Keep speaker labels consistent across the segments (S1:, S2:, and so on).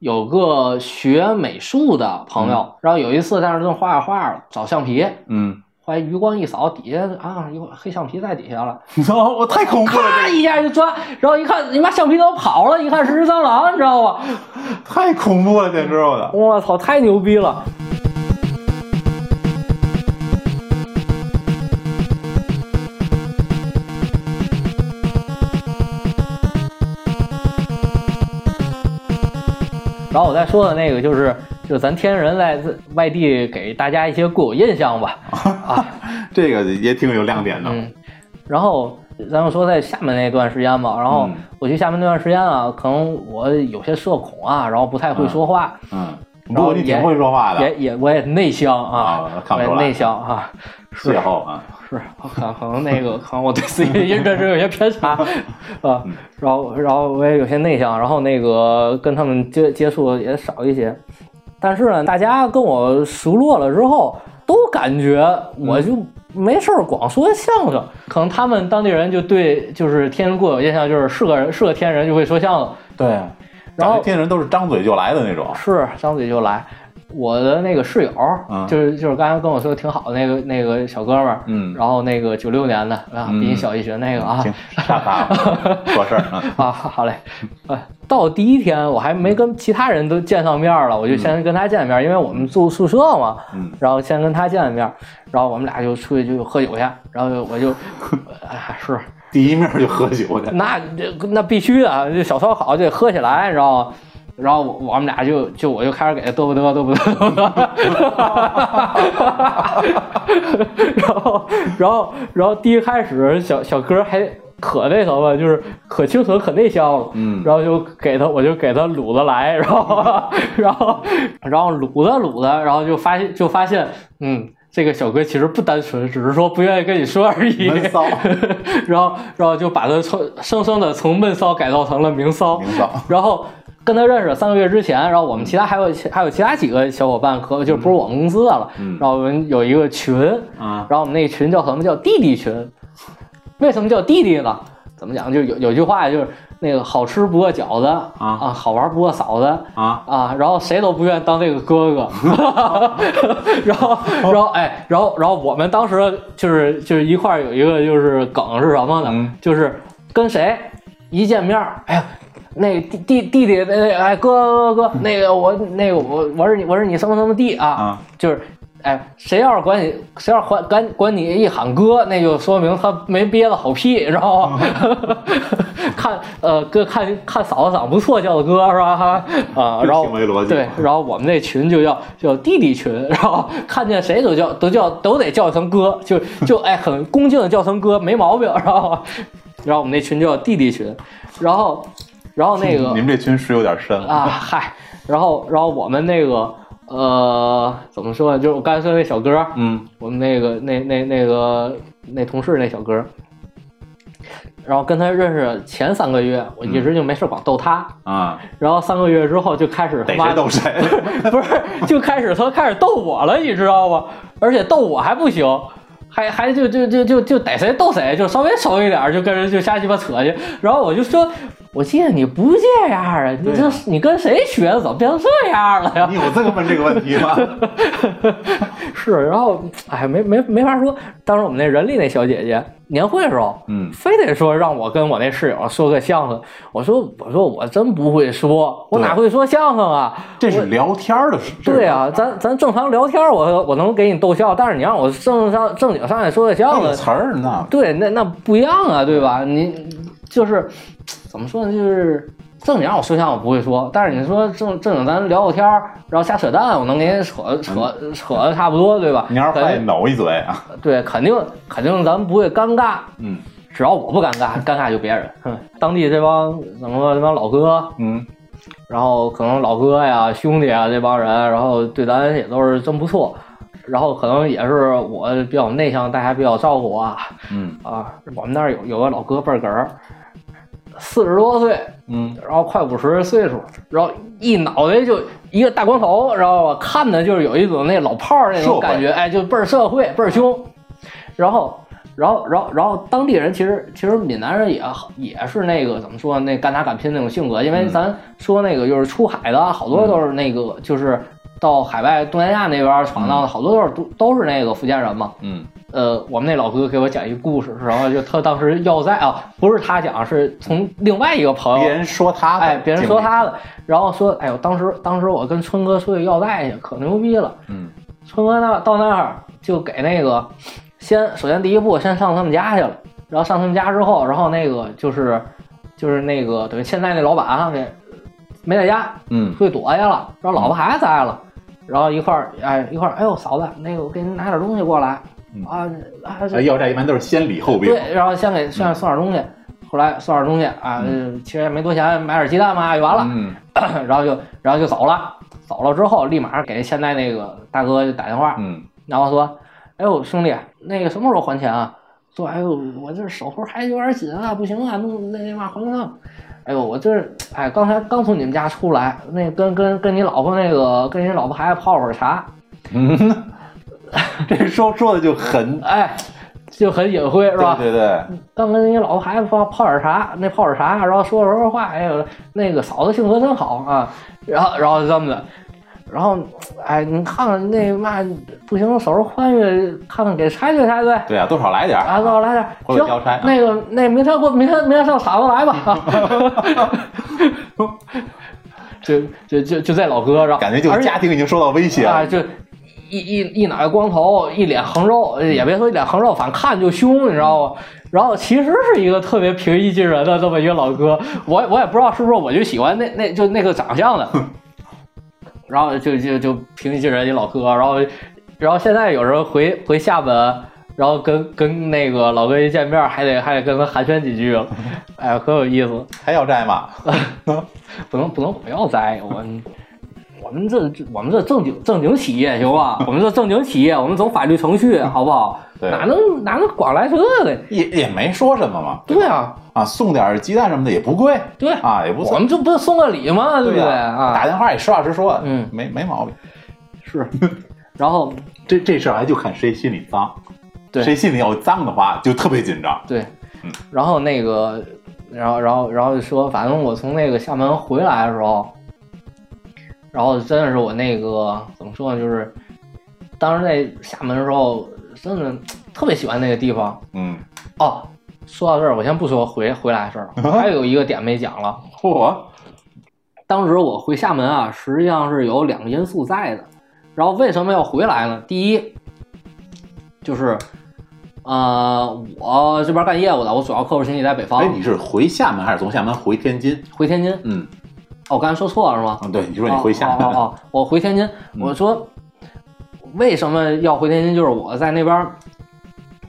S1: 有个学美术的朋友，然后有一次在那儿正画着画着找橡皮，
S2: 嗯，
S1: 后来余光一扫，底下啊有黑橡皮在底下了，
S2: 你知道吗我太恐怖了，
S1: 啪一下就抓，然后一看你妈橡皮都跑了，一看是只蟑螂，你知道吗？
S2: 这太恐怖了，这知道的。
S1: 我操，太牛逼了！然后我再说的那个就是，就咱天津人在外地给大家一些固有印象吧，啊，
S2: 这个也挺有亮点的。
S1: 嗯，然后咱们说在厦门那段时间吧，然后
S2: 嗯
S1: 我去厦门那段时间啊，可能我有些社恐啊，然后不太会说话，
S2: 嗯，不
S1: 然后
S2: 过你
S1: 也
S2: 挺会说话的，
S1: 也也我也内向啊，
S2: 啊看
S1: 我
S2: 不
S1: 也
S2: 出来
S1: 内向啊，是
S2: 邂逅啊，
S1: 是，我可可能那个可能我对自己的认知有些偏差啊，
S2: 嗯
S1: 然后然后我也有些内向，然后那个跟他们接接触也少一些，但是呢，大家跟我熟络了之后，都感觉我
S2: 嗯
S1: 就没事儿光说相声，可能他们当地人就对就是天津固有印象就是是个人是个天津人就会说相声，
S2: 对。
S1: 然后
S2: 感觉天津人都是张嘴就来的那种，
S1: 是张嘴就来。我的那个室友，
S2: 嗯
S1: 就是就是刚才跟我说的挺好的那个那个小哥们儿，
S2: 嗯
S1: 然后那个九六年的啊，比你小一学那个啊
S2: 挺傻大 的，说事儿啊。
S1: 啊，好嘞，呃，到第一天我还没跟其他人都见上面了，我就先跟他见面，因为我们住宿舍嘛，
S2: 嗯
S1: 然后先跟他见面，然后我们俩就出去就喝酒去，然后我就， 啊是，
S2: 第一面就喝酒去，
S1: 那这那必须的，啊这小烧烤就得喝起来，你知道吗？然后我我们俩就就我就开始给他嘚啵嘚啵嘚啵嘚啵， 然后然后然后第一开始小小哥还可那什么，就是可清纯可内向了，
S2: 嗯
S1: 然后就给他我就给他卤子来，然后然后然后卤着卤着，然后就发现就发现嗯。这个小哥其实不单纯，只是说不愿意跟你说而已。
S2: 闷骚
S1: 然后，然后就把他从生生的从闷骚改造成了明骚。
S2: 明早。
S1: 然后跟他认识三个月之前，然后我们其他还有其还有其他几个小伙伴，可就不是我们公司的了。
S2: 嗯
S1: 然后我们有一个群，
S2: 啊
S1: 然后我们那群叫什么叫弟弟群？为什么叫弟弟呢？怎么讲？就有有句话就是那个好吃不过饺子啊好玩不过嫂子。
S2: 啊！
S1: 啊，然后谁都不愿意当那个哥哥， 然后，然后，哎，然后，然后我们当时就是就是一块儿有一个就是梗是什么呢？
S2: 嗯
S1: 就是跟谁一见面儿，哎呀，那弟弟弟弟，那哎哥哥哥，那个我那个我我是你我是你什么什么弟啊，
S2: 啊
S1: 就是。哎，谁要是管你，谁要是管管管你一喊哥，那就说明他没憋的好屁，知道
S2: 啊
S1: 吗？ 看，呃，哥看看嫂子长不错，叫的哥是吧？哈啊，然后
S2: 行为逻辑
S1: 对，然后我们那群就叫叫弟弟群，然后看见谁都叫都叫都得叫一声哥，就就哎很恭敬的叫声哥，没毛病，然后然后我们那群就叫弟弟群，然后然后那个
S2: 你们这群水有点深了
S1: 啊，嗨，然后然后我们那个呃，怎么说呢？就是我刚才说那小哥，
S2: 嗯
S1: 我们那个那那那个那同事那小哥，然后跟他认识前三个月，我一直
S2: 嗯
S1: 就没事光逗他，
S2: 啊，
S1: 然后三个月之后就开始他
S2: 逮
S1: 妈
S2: 谁逗谁。
S1: 不是就开始他开始逗我了，你知道吗？而且逗我还不行。还还就就就就就逮谁逗谁，就稍微熟一点儿就跟人就瞎鸡巴扯去，然后我就说，我记得你不这样啊，你
S2: 对
S1: 这
S2: 啊
S1: 你跟谁学的，怎么变成这样了呀？
S2: 你有资格问这个问题吗？
S1: 是，然后哎，没没没法说。当时我们那人力那小姐姐年会的时候，
S2: 嗯
S1: 非得说让我跟我那室友说个相声，我说我说我真不会说，我哪
S2: 对
S1: 会说相声啊？
S2: 这是聊天儿的事。
S1: 对啊，咱咱正常聊天儿我我能给你逗笑，但是你让我正上正经上来说个
S2: 这
S1: 相
S2: 是，那
S1: 声
S2: 个，词儿呢？
S1: 对，那那不一样啊，对吧？你就是怎么说呢？就是正经让我说相声我不会说，但是你说正正经咱聊个天儿，然后瞎扯淡，我能给你扯扯
S2: 嗯
S1: 扯的差不多，对吧？
S2: 你要是
S1: 肯
S2: 再挠一嘴啊，
S1: 对，肯定肯定咱们不会尴尬，
S2: 嗯
S1: 只要我不尴尬，尴尬就别人。哼当地这帮怎么说这帮老哥，
S2: 嗯
S1: 然后可能老哥呀、兄弟啊这帮人，然后对咱也都是真不错。然后可能也是我比较内向，大家比较照顾我啊。
S2: 嗯
S1: 啊，我们那儿有有个老哥倍儿哏儿，四十多岁，
S2: 嗯，
S1: 然后快五十岁数，然后一脑袋就一个大光头，然后看的就是有一种那老炮儿那种感觉，哎，就倍儿社会，倍儿凶。然后然后，然后，然后，当地人其实其实闽南人也也是那个怎么说那敢打敢拼那种性格，因为
S2: 嗯
S1: 咱说那个就是出海的啊，好多都是那个就是到海外东南亚那边闯荡的，好多都是都都是那个福建人嘛。
S2: 嗯
S1: 呃，我们那老哥给我讲一故事，然后就他当时要塞啊，不是他讲，是从另外一个朋
S2: 别
S1: 友，
S2: 人说他
S1: 哦
S2: 的
S1: 哎，别人说
S2: 经历，
S1: 他的，然后说，哎呦，当时当时我跟春哥出去要塞去，可牛逼了。
S2: 嗯
S1: 春哥那到那儿就给那个先首先第一步先上他们家去了，然后上他们家之后，然后那个就是就是那个等于现在那老板啊给没在家，
S2: 嗯
S1: 出去躲去了，然后老婆孩子来了，然后一块儿哎一块儿哎呦嫂子，那个我给您拿点东西过来
S2: 嗯
S1: 啊啊这
S2: 哎，嗯要债一般都是先礼后兵，
S1: 对，然后先给先送点东西，后来送点东西啊，呃其实也没多钱，买点鸡蛋嘛就完了。
S2: 嗯
S1: 然后就然后就走了，走了之后立马给现在那个大哥就打电话，
S2: 嗯
S1: 然后说，哎呦兄弟，那个什么时候还钱啊？说，哎呦我这手头还有点紧啊，不行啊，弄那那嘛还不上。哎呦我这哎刚才刚从你们家出来，那跟跟跟你老婆那个跟你老婆孩子泡会儿茶，
S2: 嗯，这说说的就很，
S1: 哎就很隐晦是吧？
S2: 对对对，
S1: 刚跟你老婆孩子泡泡点茶，那泡点茶，然后说说话，哎呦，那个嫂子性格真好啊，然后然后就这么的，然后哎，你看看那嘛不行，手头宽裕，看看给拆对拆对，
S2: 对啊，多少来点儿
S1: 啊，给我来点，
S2: 或者
S1: 行
S2: 交差啊，
S1: 那个那明天过，明天明天上厂子来吧，啊 就就就就这老哥，然后
S2: 感觉就是
S1: 而且
S2: 家庭已经受到威胁
S1: 啊，
S2: 了，
S1: 就一一一脑袋光头，一脸横肉，也别说一脸横肉，反正看就凶，你知道吗？然后其实是一个特别平易近人的这么一个老哥，我也我也不知道是不是我就喜欢那那就那个长相的， 然后就就就平易近人一老哥，然后然后现在有人回回厦门。然后跟跟那个老哥一见面，还得还得跟他寒暄几句了， 哎呀，可有意思。
S2: 还要债吗？
S1: 不能不能不要栽我们。 我们这我们这正经正经企业行吧？我们这正经企业，我们走法律程序好不好？
S2: 对
S1: 哪能哪能光来这个？
S2: 也也没说什么嘛，
S1: 对啊，
S2: 啊，送点儿鸡蛋什么的也不贵，
S1: 对
S2: 啊，也不
S1: 我
S2: 错，
S1: 们这不是送个礼吗？对不对
S2: 呀，打
S1: 啊？
S2: 电话也实话实说，
S1: 嗯
S2: 没没毛病。
S1: 是。然后
S2: 这这事儿还就看谁心里脏，
S1: 对
S2: 谁心里要脏的话就特别紧张。
S1: 对
S2: 嗯，
S1: 然后那个，然后然后然后就说，反正我从那个厦门回来的时候，然后真的是我那个怎么说呢，就是当时在厦门的时候，真的特别喜欢那个地方。
S2: 嗯，
S1: 哦，说到这儿，我先不说回回来的事儿
S2: 啊
S1: 了，还有一个点没讲了。
S2: 嚯，
S1: 当时我回厦门啊，实际上是有两个因素在的。然后为什么要回来呢？第一，就是，呃，我这边干业务的，我主要客户群体在北方
S2: 哎，，你是回厦门还是从厦门回天津？
S1: 回天津。
S2: 嗯，
S1: 哦，我刚才说错了是吗？
S2: 啊，对，你说你回嗯厦
S1: 哦哦
S2: 门，
S1: 哦，我回天津，我说为什么要回天津？就是我在那边儿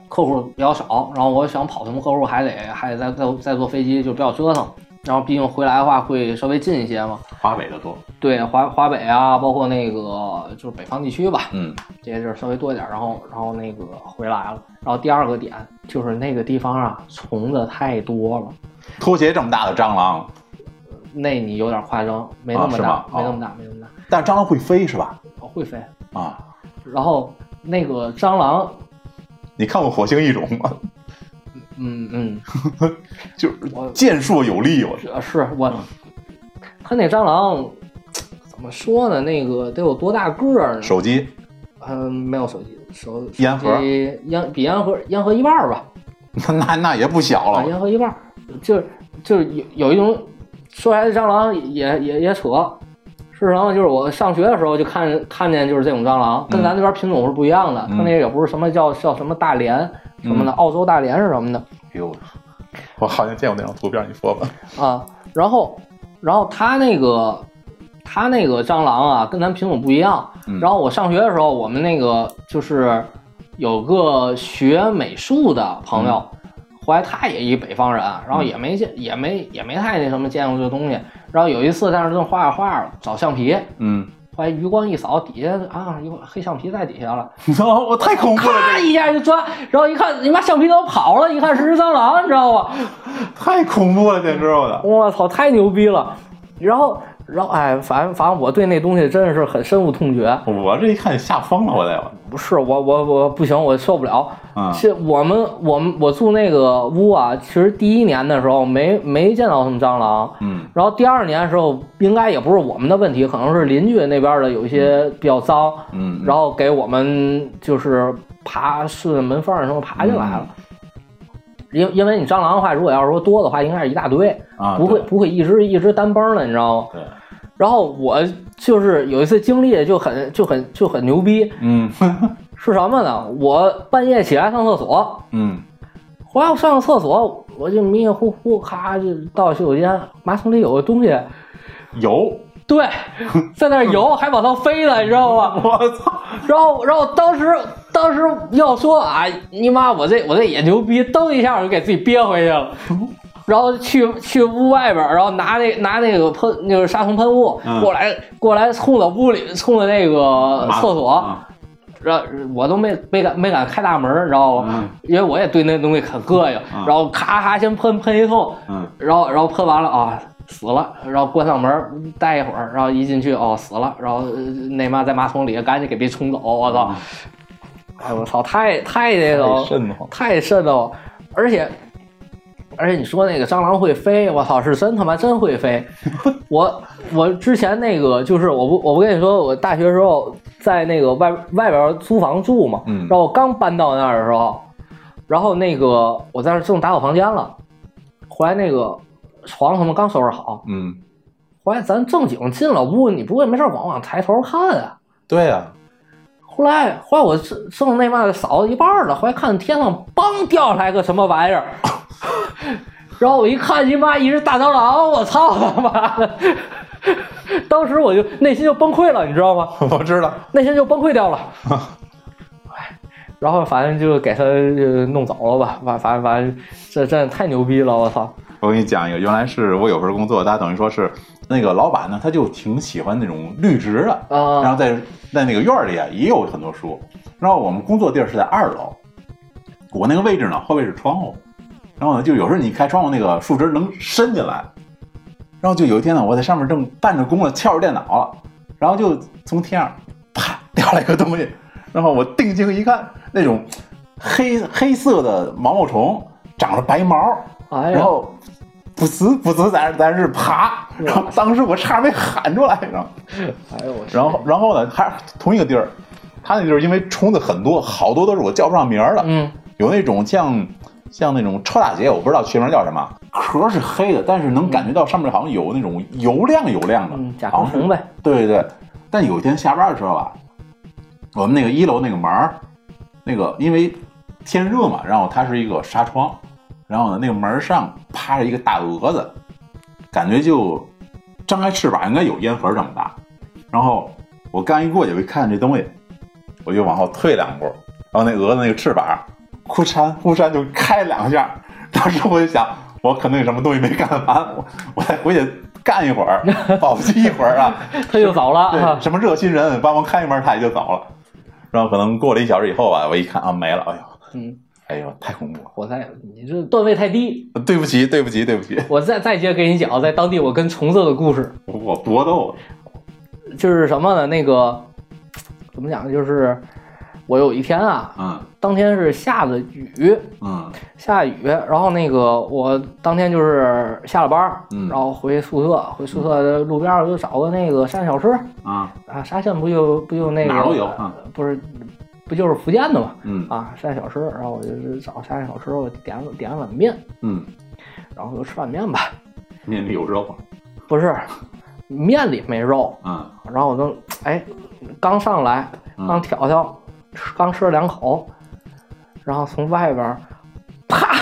S1: 客户比较少，然后我想跑什么客户还得还得再再再坐飞机，就比较折腾。然后毕竟回来的话会稍微近一些嘛，
S2: 华北的多。
S1: 对华华北啊，包括那个就是北方地区吧，
S2: 嗯
S1: 这些地儿稍微多一点。然后然后那个回来了，然后第二个点就是那个地方啊虫子太多了，
S2: 拖鞋这么大的蟑螂，
S1: 那你有点夸张，没那
S2: 啊
S1: 么
S2: 是
S1: 大，
S2: 吗
S1: 没那么
S2: 哦
S1: 大，没那么大，
S2: 但是蟑螂会飞是吧？
S1: 我会飞。
S2: 啊，
S1: 然后那个蟑螂，
S2: 你看过《火星异种》吗？
S1: 嗯嗯，
S2: 就是
S1: 我
S2: 健硕有力，我
S1: 是是我，它那蟑螂怎么说呢？那个得有多大个儿呢？
S2: 手机
S1: 嗯，没有手机，手手
S2: 烟盒
S1: 机烟比烟盒烟盒一半儿吧，
S2: 那那也不小
S1: 啊，
S2: 了。
S1: 烟盒一半儿，就是就是有有一种说来蟑螂也也也扯。是什么？就是我上学的时候就看看见就是这种蟑螂，跟
S2: 嗯
S1: 咱这边品种是不一样的。它
S2: 嗯
S1: 那个也不是什么叫叫什么大连什么的，澳洲大连是什么的，
S2: 哟，哎我好像见过那张图片，你说吧。
S1: 啊，然后，然后它那个，它那个蟑螂啊，跟咱品种不一样。
S2: 嗯
S1: 然后我上学的时候，我们那个就是有个学美术的朋友，后来他也一北方人，啊然后也没见，也没也没太那什么见过这东西。然后有一次在那儿正画着画着找橡皮，
S2: 嗯，
S1: 后来余光一扫，底下啊有黑橡皮在底下了，
S2: 哦我太恐怖了，
S1: 啪一下就抓，然后一看你妈橡皮都跑了，一看是只蟑螂，你知道吗？
S2: 太恐怖了，简直我的。
S1: 我操，太牛逼了！然后，然后哎，反正反正我对那东西真是很深恶痛绝。
S2: 我这一看吓疯了，我得我
S1: 不是我我我不行，我受不了。
S2: 啊
S1: 是我们我们我住那个屋啊，其实第一年的时候没没见到什么蟑螂，
S2: 嗯
S1: 然后第二年的时候应该也不是我们的问题，可能是邻居那边的有一些比较脏，
S2: 嗯，
S1: 然后给我们就是爬顺门缝儿什么爬进来了。
S2: 嗯
S1: 因因为你蟑螂的话，如果要是说多的话，应该是一大堆，
S2: 啊
S1: 不会
S2: 对
S1: 不会一只一只单崩的，你知道吗？
S2: 对，
S1: 然后我就是有一次经历就很就很就很牛逼，
S2: 嗯
S1: 是什么呢？我半夜起来上厕所，
S2: 嗯
S1: 后来我上厕所，我就迷迷糊糊，咔就到洗手间，马桶里有个东西，
S2: 有，
S1: 对，在那儿游，还往上飞呢，你知道吗？
S2: 我操，
S1: 然后，然后当时当时要说啊，你妈，我这我这也牛逼，蹬一下我就给自己憋回去 了。然后去去屋外边儿，然后拿那拿那个喷那个杀虫喷雾
S2: 嗯
S1: 过来过来冲到屋里，冲到那个
S2: 马
S1: 呃厕所，
S2: 啊
S1: 然后我都没没敢没敢开大门儿，然后
S2: 嗯
S1: 因为我也对那东西很膈应，
S2: 嗯
S1: 然后咔咔先喷喷一通，
S2: 嗯
S1: 然后然后喷完了啊死了，然后关上门儿待一会儿，然后一进去哦死了，然后呃那妈在马桶里赶紧给别冲走，我操！哎我操，太太那
S2: 嗯太
S1: 种
S2: 瘆得慌，
S1: 太瘆得慌，而且而且你说那个蟑螂会飞，我操是真他妈真会飞！我我之前那个就是我不我不跟你说，我大学时候在那个外外边租房住嘛，
S2: 嗯
S1: 然后我刚搬到那儿的时候，然后那个我在那儿正打扫房间了，回来那个床他妈刚收拾好，
S2: 嗯，
S1: 回来咱正经进了屋，你不会没事儿往往抬头看啊？
S2: 对呀，
S1: 后来后来我正正那嘛扫到一半儿了，后来看天上梆掉下来个什么玩意儿。然后我一看，你妈一只大蟑螂，我操他妈的！ 当时我就内心就崩溃了，你知道吗？
S2: 我知道，
S1: 内心就崩溃掉了。 哎然后反正就给他呃弄走了吧，反反反正这真的太牛逼了，我操！
S2: 我给你讲一个，原来是我有份工作，他等于说是那个老板呢，他就挺喜欢那种绿植的，
S1: 啊
S2: 然后在在那个院儿里啊也有很多书。然后我们工作地儿是在二楼，我那个位置呢后背是窗户，然后呢就有时候你开窗户那个树枝能伸进来。然后就有一天呢，我在上面正办着工了，翘着电脑了，然后就从天上啪掉了一个东西，然后我定睛一看，那种黑黑色的毛毛虫长着白毛，
S1: 哎
S2: 然
S1: 呀，
S2: 后噗呲噗呲在那在那儿爬，然后当时我差点没喊出来，然后
S1: 哎呦我去，
S2: 然后然后呢，还同一个地儿，他那地儿因为虫子很多，好多都是我叫不上名儿的，
S1: 嗯，
S2: 有那种像像那种超大姐，我不知道学名叫什么，壳是黑的，但是能感觉到上面好像有那种油亮油亮的
S1: 嗯，甲壳
S2: 好像是
S1: 虫呗，
S2: 对对对，但有一天下班的时候啊，我们那个一楼那个门儿，那个因为天热嘛，然后它是一个纱窗，然后呢那个门儿上趴着一个大蛾子，感觉就张开翅膀应该有烟盒这么大。然后我刚一过去，我一看这东西，我就往后退两步，然后那蛾子那个翅膀，忽扇忽扇就开两下。当时我就想，我可能有什么东西没干完，我啊我再回去干一会儿，保去一会儿啊。
S1: 他就走了啊
S2: 对，！什么热心人帮忙开一门，他也就走了。然后可能过了一小时以后吧，我一看啊没了，哎呦，
S1: 嗯，
S2: 哎呦，太恐怖了！
S1: 我在你这段位太低，
S2: 对不起，对不起，对不起，
S1: 我再再接着给你讲，在当地我跟虫子的故事，
S2: 我搏斗了。
S1: 就是什么呢？那个怎么讲？就是我有一天啊，
S2: 嗯
S1: 当天是下的雨，
S2: 嗯
S1: 下雨，然后那个我当天就是下了班儿，
S2: 嗯
S1: 然后回宿舍，回宿舍的路边儿就找个那个沙县小吃
S2: 啊
S1: 啊，沙县不就不就那个
S2: 哪儿都有啊
S1: 不是不就是福建的嘛
S2: 嗯
S1: 啊，沙县小吃，然后我就是找沙县小吃，我点了点了碗面，
S2: 嗯，
S1: 然后就吃碗面吧，
S2: 面里有肉
S1: 不是面里没肉，
S2: 啊
S1: 然后我就哎刚上来
S2: 嗯
S1: 刚挑挑，吃刚吃了两口，然后从外边儿啪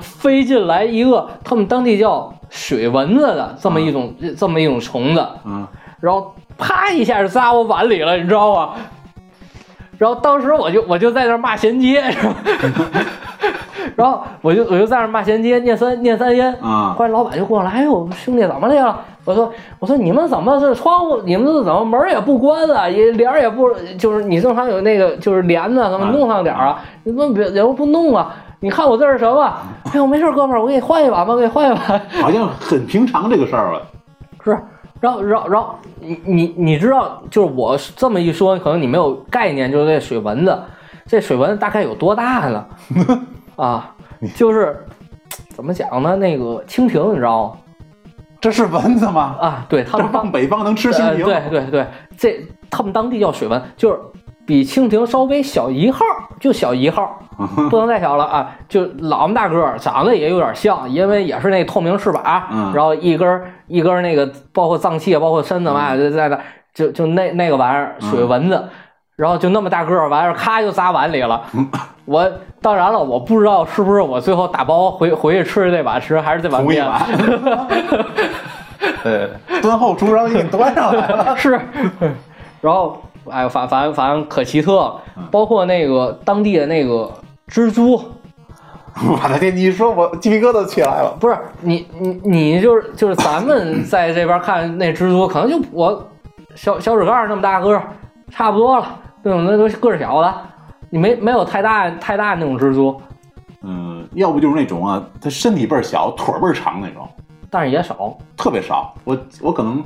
S1: 飞进来一个他们当地叫水蚊子的这么一种、这么一种虫子，
S2: 嗯
S1: 然后啪一下就扎我碗里了，你知道吗？ 然后当时我就我就在那儿骂衔接， 然后我就我就在那儿骂衔接，念三念三烟，
S2: 啊
S1: 后来老板就过来，哎呦，兄弟怎么的了？我说我说你们怎么这窗户你们这怎么门儿也不关啊，也帘儿也不就是你正常有那个就是帘子怎么弄上点儿啊？你怎么别人不弄啊？你看我这是什么？哎呦，没事儿，哥们儿，我给你换一碗吧，我给你换一碗。
S2: 好像很平常这个事儿吧？
S1: 是，然后，然后，然后，你你你知道，就是我这么一说，可能你没有概念，就是这水蚊子，这水蚊子大概有多大呢？啊，就是怎么讲呢？那个蜻蜓，你知道吗？
S2: 这是蚊子吗？
S1: 啊，对，他
S2: 这
S1: 们
S2: 放北方能吃
S1: 呃
S2: 蜻蜓？
S1: 对对对，这他们当地叫水蚊，就是比蜻蜓稍微小一号儿，就小一号儿，不能再小了啊！就老么大个儿，长得也有点像，因为也是那透明翅膀，啊
S2: 嗯
S1: 然后一根儿一根儿那个，包括脏器，包括身子
S2: 嗯
S1: 嘛，就在那就就那那个玩意儿水蚊子。然后就那么大个儿玩意儿，咔就砸碗里了。
S2: 嗯
S1: 我当然了，我不知道是不是我最后打包回回去吃这碗吃，还是这碗
S2: 同一
S1: 面。
S2: 碗。对，端后厨让给你端上来了。
S1: 是， 然后哎，反反反正可奇特了，包括那个当地的那个蜘蛛，
S2: 我的天！你一说我鸡皮疙瘩起来了。
S1: 不是你你你就是就是咱们在这边看那蜘蛛，可能就我小小指盖儿那么大个儿，差不多了，那种那都是个儿小的，你没没有太大太大那种蜘蛛，
S2: 嗯，要不就是那种啊，它身体倍儿小，腿儿倍儿长那种，
S1: 但是也少，
S2: 特别少。我我可能，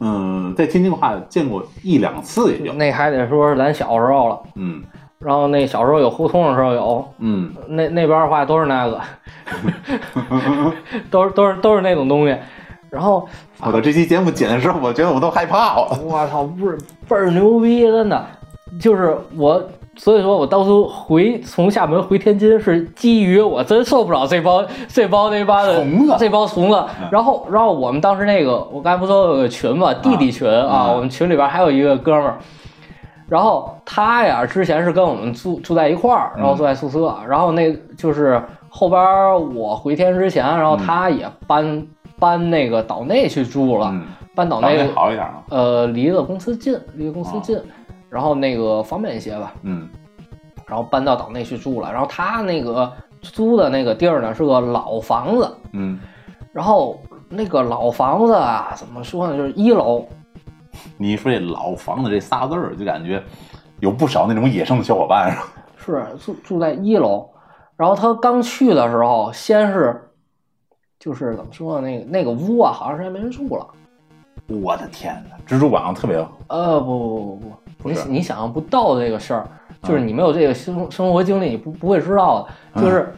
S2: 嗯，在天津话见过一两次也就。
S1: 那还得说是咱小时候了。
S2: 嗯
S1: 然后那小时候有胡同的时候有，
S2: 嗯，
S1: 那那边的话都是那个， 都是都是都是那种东西。然后
S2: 我的这期节目剪的时候，我觉得我都害怕了。
S1: 我操，不是倍儿牛逼，真的，就是我，所以说我当初回从厦门回天津是基于我真受不了这帮 这帮那帮的
S2: 虫子
S1: 这帮怂子
S2: 嗯。
S1: 然后，然后我们当时那个，我刚才不说有个群嘛，弟弟群啊，
S2: 嗯
S1: 我们群里边还有一个哥们儿。然后他呀，之前是跟我们住住在一块
S2: 嗯
S1: 儿，然后住在宿舍。然后那就是后边儿我回天之前，然后
S2: 嗯
S1: 他也搬搬那个岛内去住了，
S2: 嗯，
S1: 搬岛
S2: 稍
S1: 内
S2: 微好一点了。
S1: 呃，离了公司近，离了公司近，然后那个方便一些吧，
S2: 嗯
S1: 然后搬到岛内去住了。然后他那个租的那个地儿呢是个老房子，
S2: 嗯，
S1: 然后那个老房子啊，怎么说呢，就是一楼，
S2: 你一说这老房子这仨字儿，就感觉有不少那种野生的小伙伴是吧？
S1: 是住住在一楼。然后他刚去的时候，先是就是怎么说呢，那个那个屋啊，好长时间没人住了。
S2: 我的天哪，蜘蛛网特别
S1: 呃，不不不不
S2: 不
S1: 你
S2: 是
S1: 你想象不到这个事儿，就是
S2: 嗯
S1: 你没有这个生生活经历，你不不会知道的。就是、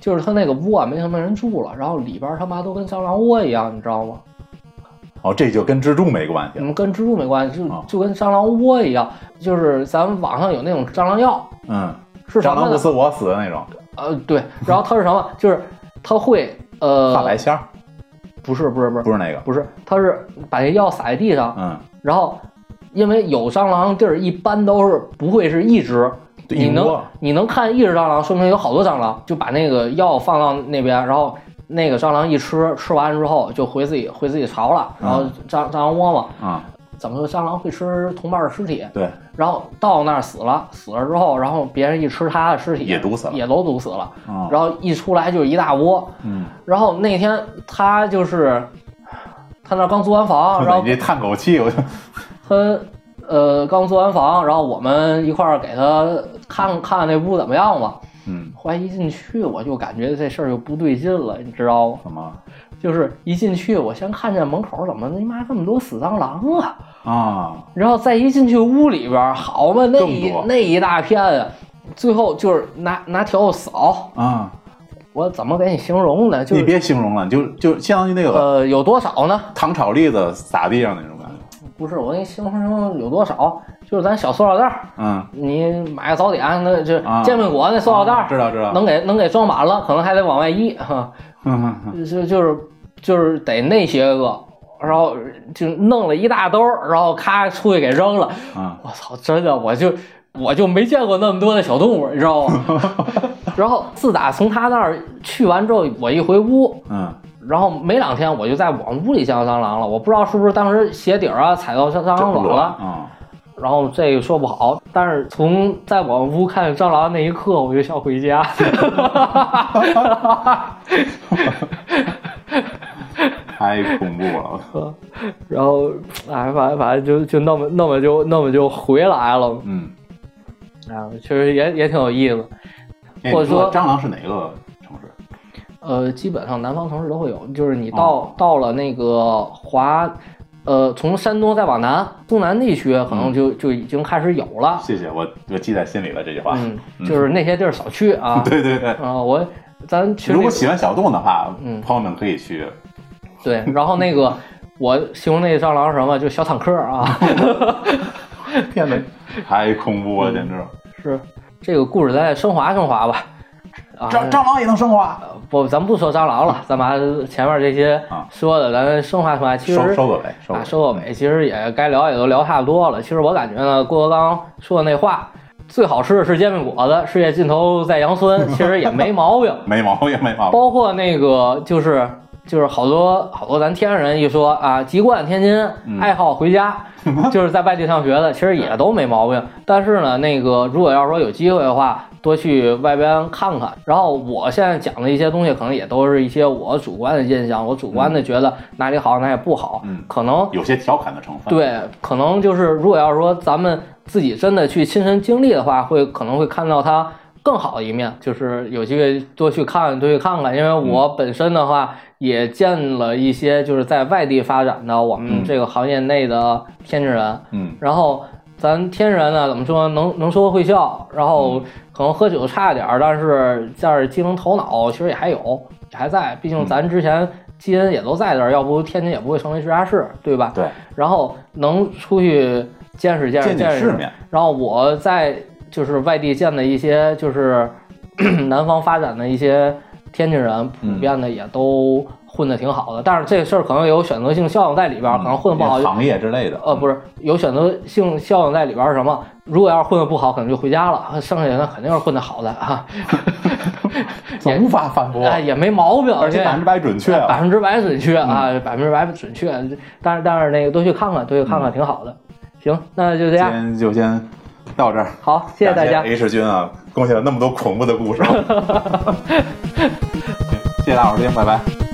S1: 就是他那个屋啊，没什么人住了，然后里边儿他妈都跟蟑螂窝一样，你知道吗？
S2: 哦，这就跟蜘蛛没关系
S1: 你
S2: 了。
S1: 们跟蜘蛛没关系，就
S2: 哦
S1: 就跟蟑螂窝一样。就是咱们网上有那种蟑螂药，
S2: 嗯，
S1: 是什
S2: 蟑
S1: 么
S2: 螂不
S1: 呢？
S2: 死我死的那种
S1: 呃，对，然后它是什么？就是它会呃，
S2: 大白仙儿，
S1: 不是不是不是
S2: 不是那个。
S1: 不是，它是把那药撒在地上，
S2: 嗯，
S1: 然后因为有蟑螂地儿一般都是不会是一只，
S2: 对
S1: 你
S2: 一
S1: 能
S2: 窝
S1: 你能看一只蟑螂，说明有好多蟑螂，就把那个药放到那边，然后那个蟑螂一吃，吃完之后就回自己回自己巢了，然
S2: 嗯
S1: 后蟑蟑螂窝嘛，
S2: 啊、
S1: 怎么说蟑螂会吃同伴的尸体，
S2: 对，
S1: 然后到那儿死了，死了之后，然后别人一吃它的尸体
S2: 也毒死了
S1: 也都毒死了，
S2: 啊、
S1: 然后一出来就是一大窝，
S2: 嗯，
S1: 然后那天他就是他那刚租完房，然后
S2: 你这叹口气，我就
S1: 他呃刚做完房，然后我们一块儿给他看看那屋怎么样吧。
S2: 嗯，
S1: 后来一进去，我就感觉这事儿就不对劲了，你知道吗？
S2: 怎么
S1: 就是一进去，我先看见门口怎么他妈这么多死蟑螂啊，
S2: 啊？
S1: 然后再一进去屋里边儿，好嘛，那
S2: 更
S1: 一
S2: 多
S1: 那一大片啊，最后就是拿拿笤帚扫，
S2: 啊，
S1: 我怎么给你形容呢？就
S2: 你
S1: 是
S2: 别形容了，你就就相当于那个
S1: 呃有多少呢？
S2: 糖炒栗子撒地上那种感觉。
S1: 不是我给你形容形容有多少，就是咱小塑料袋儿，
S2: 嗯，
S1: 你买个早点，那就
S2: 啊
S1: 煎饼果那塑料袋
S2: 知
S1: 儿，
S2: 道知道。
S1: 啊能给能给装满了，可能还得往外溢哈，
S2: 嗯嗯
S1: 就就是就是得那些个，然后就弄了一大兜儿，然后咔出去给扔了。
S2: 嗯
S1: 我操，真的，我就我就没见过那么多的小动物，你知道吗？ 然后自打从他那儿去完之后，我一回屋，
S2: 嗯
S1: 然后没两天我就在往屋里见到蟑螂了。我不知道是不是当时鞋底儿啊踩到蟑蟑螂卵了。
S2: 嗯，
S1: 然后这个说不好，但是从在我们屋看见蟑螂那一刻，我就想回家。
S2: 太恐怖了。
S1: 然后，哎，反正反正就就那么那么就那么就回来了，
S2: 嗯，
S1: 啊，确实也也挺有意思。
S2: 哎
S1: 或者
S2: 你说
S1: 说
S2: 蟑螂是哪个城市？嗯
S1: 呃，基本上南方城市都会有，就是你到、到了那个华呃，从山东再往南，东南地区可能
S2: 嗯
S1: 就就已经开始有了。
S2: 谢谢我，我记在心里了这句话。
S1: 嗯，就是那些地儿少去啊。
S2: 对对对，
S1: 啊，我咱群
S2: 如
S1: 里
S2: 果喜欢小动的话，
S1: 嗯
S2: 朋友们可 以去。
S1: 对，然后那个我形容那蟑螂是什么，就小坦克啊。
S2: 天哪，太恐怖了，简直！
S1: 是这个故事再升华升华吧。啊，
S2: 蟑蟑螂也能升啊华，
S1: 不，咱不说蟑螂了，咱把前面这些
S2: 啊
S1: 说的，咱升华升华。其实
S2: 收收个尾，收个
S1: 啊，
S2: 尾。
S1: 收个尾，其实也该聊也都聊差不多了。其实我感觉呢，郭德纲说的那话，最好吃的是煎饼果子，世界尽头在阳村，其实也没毛病。
S2: 没毛病，没毛病。
S1: 包括那个就是就是好多好多咱天津人一说啊，籍贯天津，爱好回家，就是在外地上学的，其实也都没毛病。但是呢，那个如果要说有机会的话，多去外边看看。然后我现在讲的一些东西，可能也都是一些我主观的印象，我主观的觉得哪里好，哪里不好，
S2: 嗯
S1: 可能
S2: 有些调侃的成分。，
S1: 对，可能就是如果要是说咱们自己真的去亲身经历的话，会可能会看到它更好的一面，就是有机会多去看，多去看看。因为我本身的话、也见了一些就是在外地发展的我们
S2: 嗯
S1: 这个行业内的天津人，
S2: 嗯，
S1: 然后咱天津人呢，怎么说能能说会笑，然后可能喝酒差点儿，但是但是机能头脑其实也还有，也还在。毕竟咱之前基因也都在这儿，要不天津也不会成为直辖市，对吧？
S2: 对，
S1: 然后能出去见识见识
S2: 见
S1: 见
S2: 见世
S1: 识。
S2: 面，
S1: 然后我在就是外地见的一些就是 南方发展的一些天津人，普
S2: 嗯
S1: 遍的也都混得挺好的。但是这事儿可能有选择性效应在里边
S2: 嗯
S1: 儿，可能混得不好
S2: 一
S1: 就
S2: 些行业之类的。
S1: 呃，不是有选择性效应在里边儿是什么？如果要是混得不好，可能就回家了；剩下的肯定是混得好的 啊，
S2: 总无法反驳，
S1: 呃哎，也没毛病，
S2: 而且百分之百准确啊。
S1: 百分之百准确啊，百分之百准确。但是但是那个多去看看，多去看看，挺好的。行，那就这
S2: 今
S1: 样，
S2: 天就先到这儿，
S1: 好，谢谢大家
S2: 感，H 君啊， 贡献了那么多恐怖的故事，谢谢大伙儿收听，拜拜。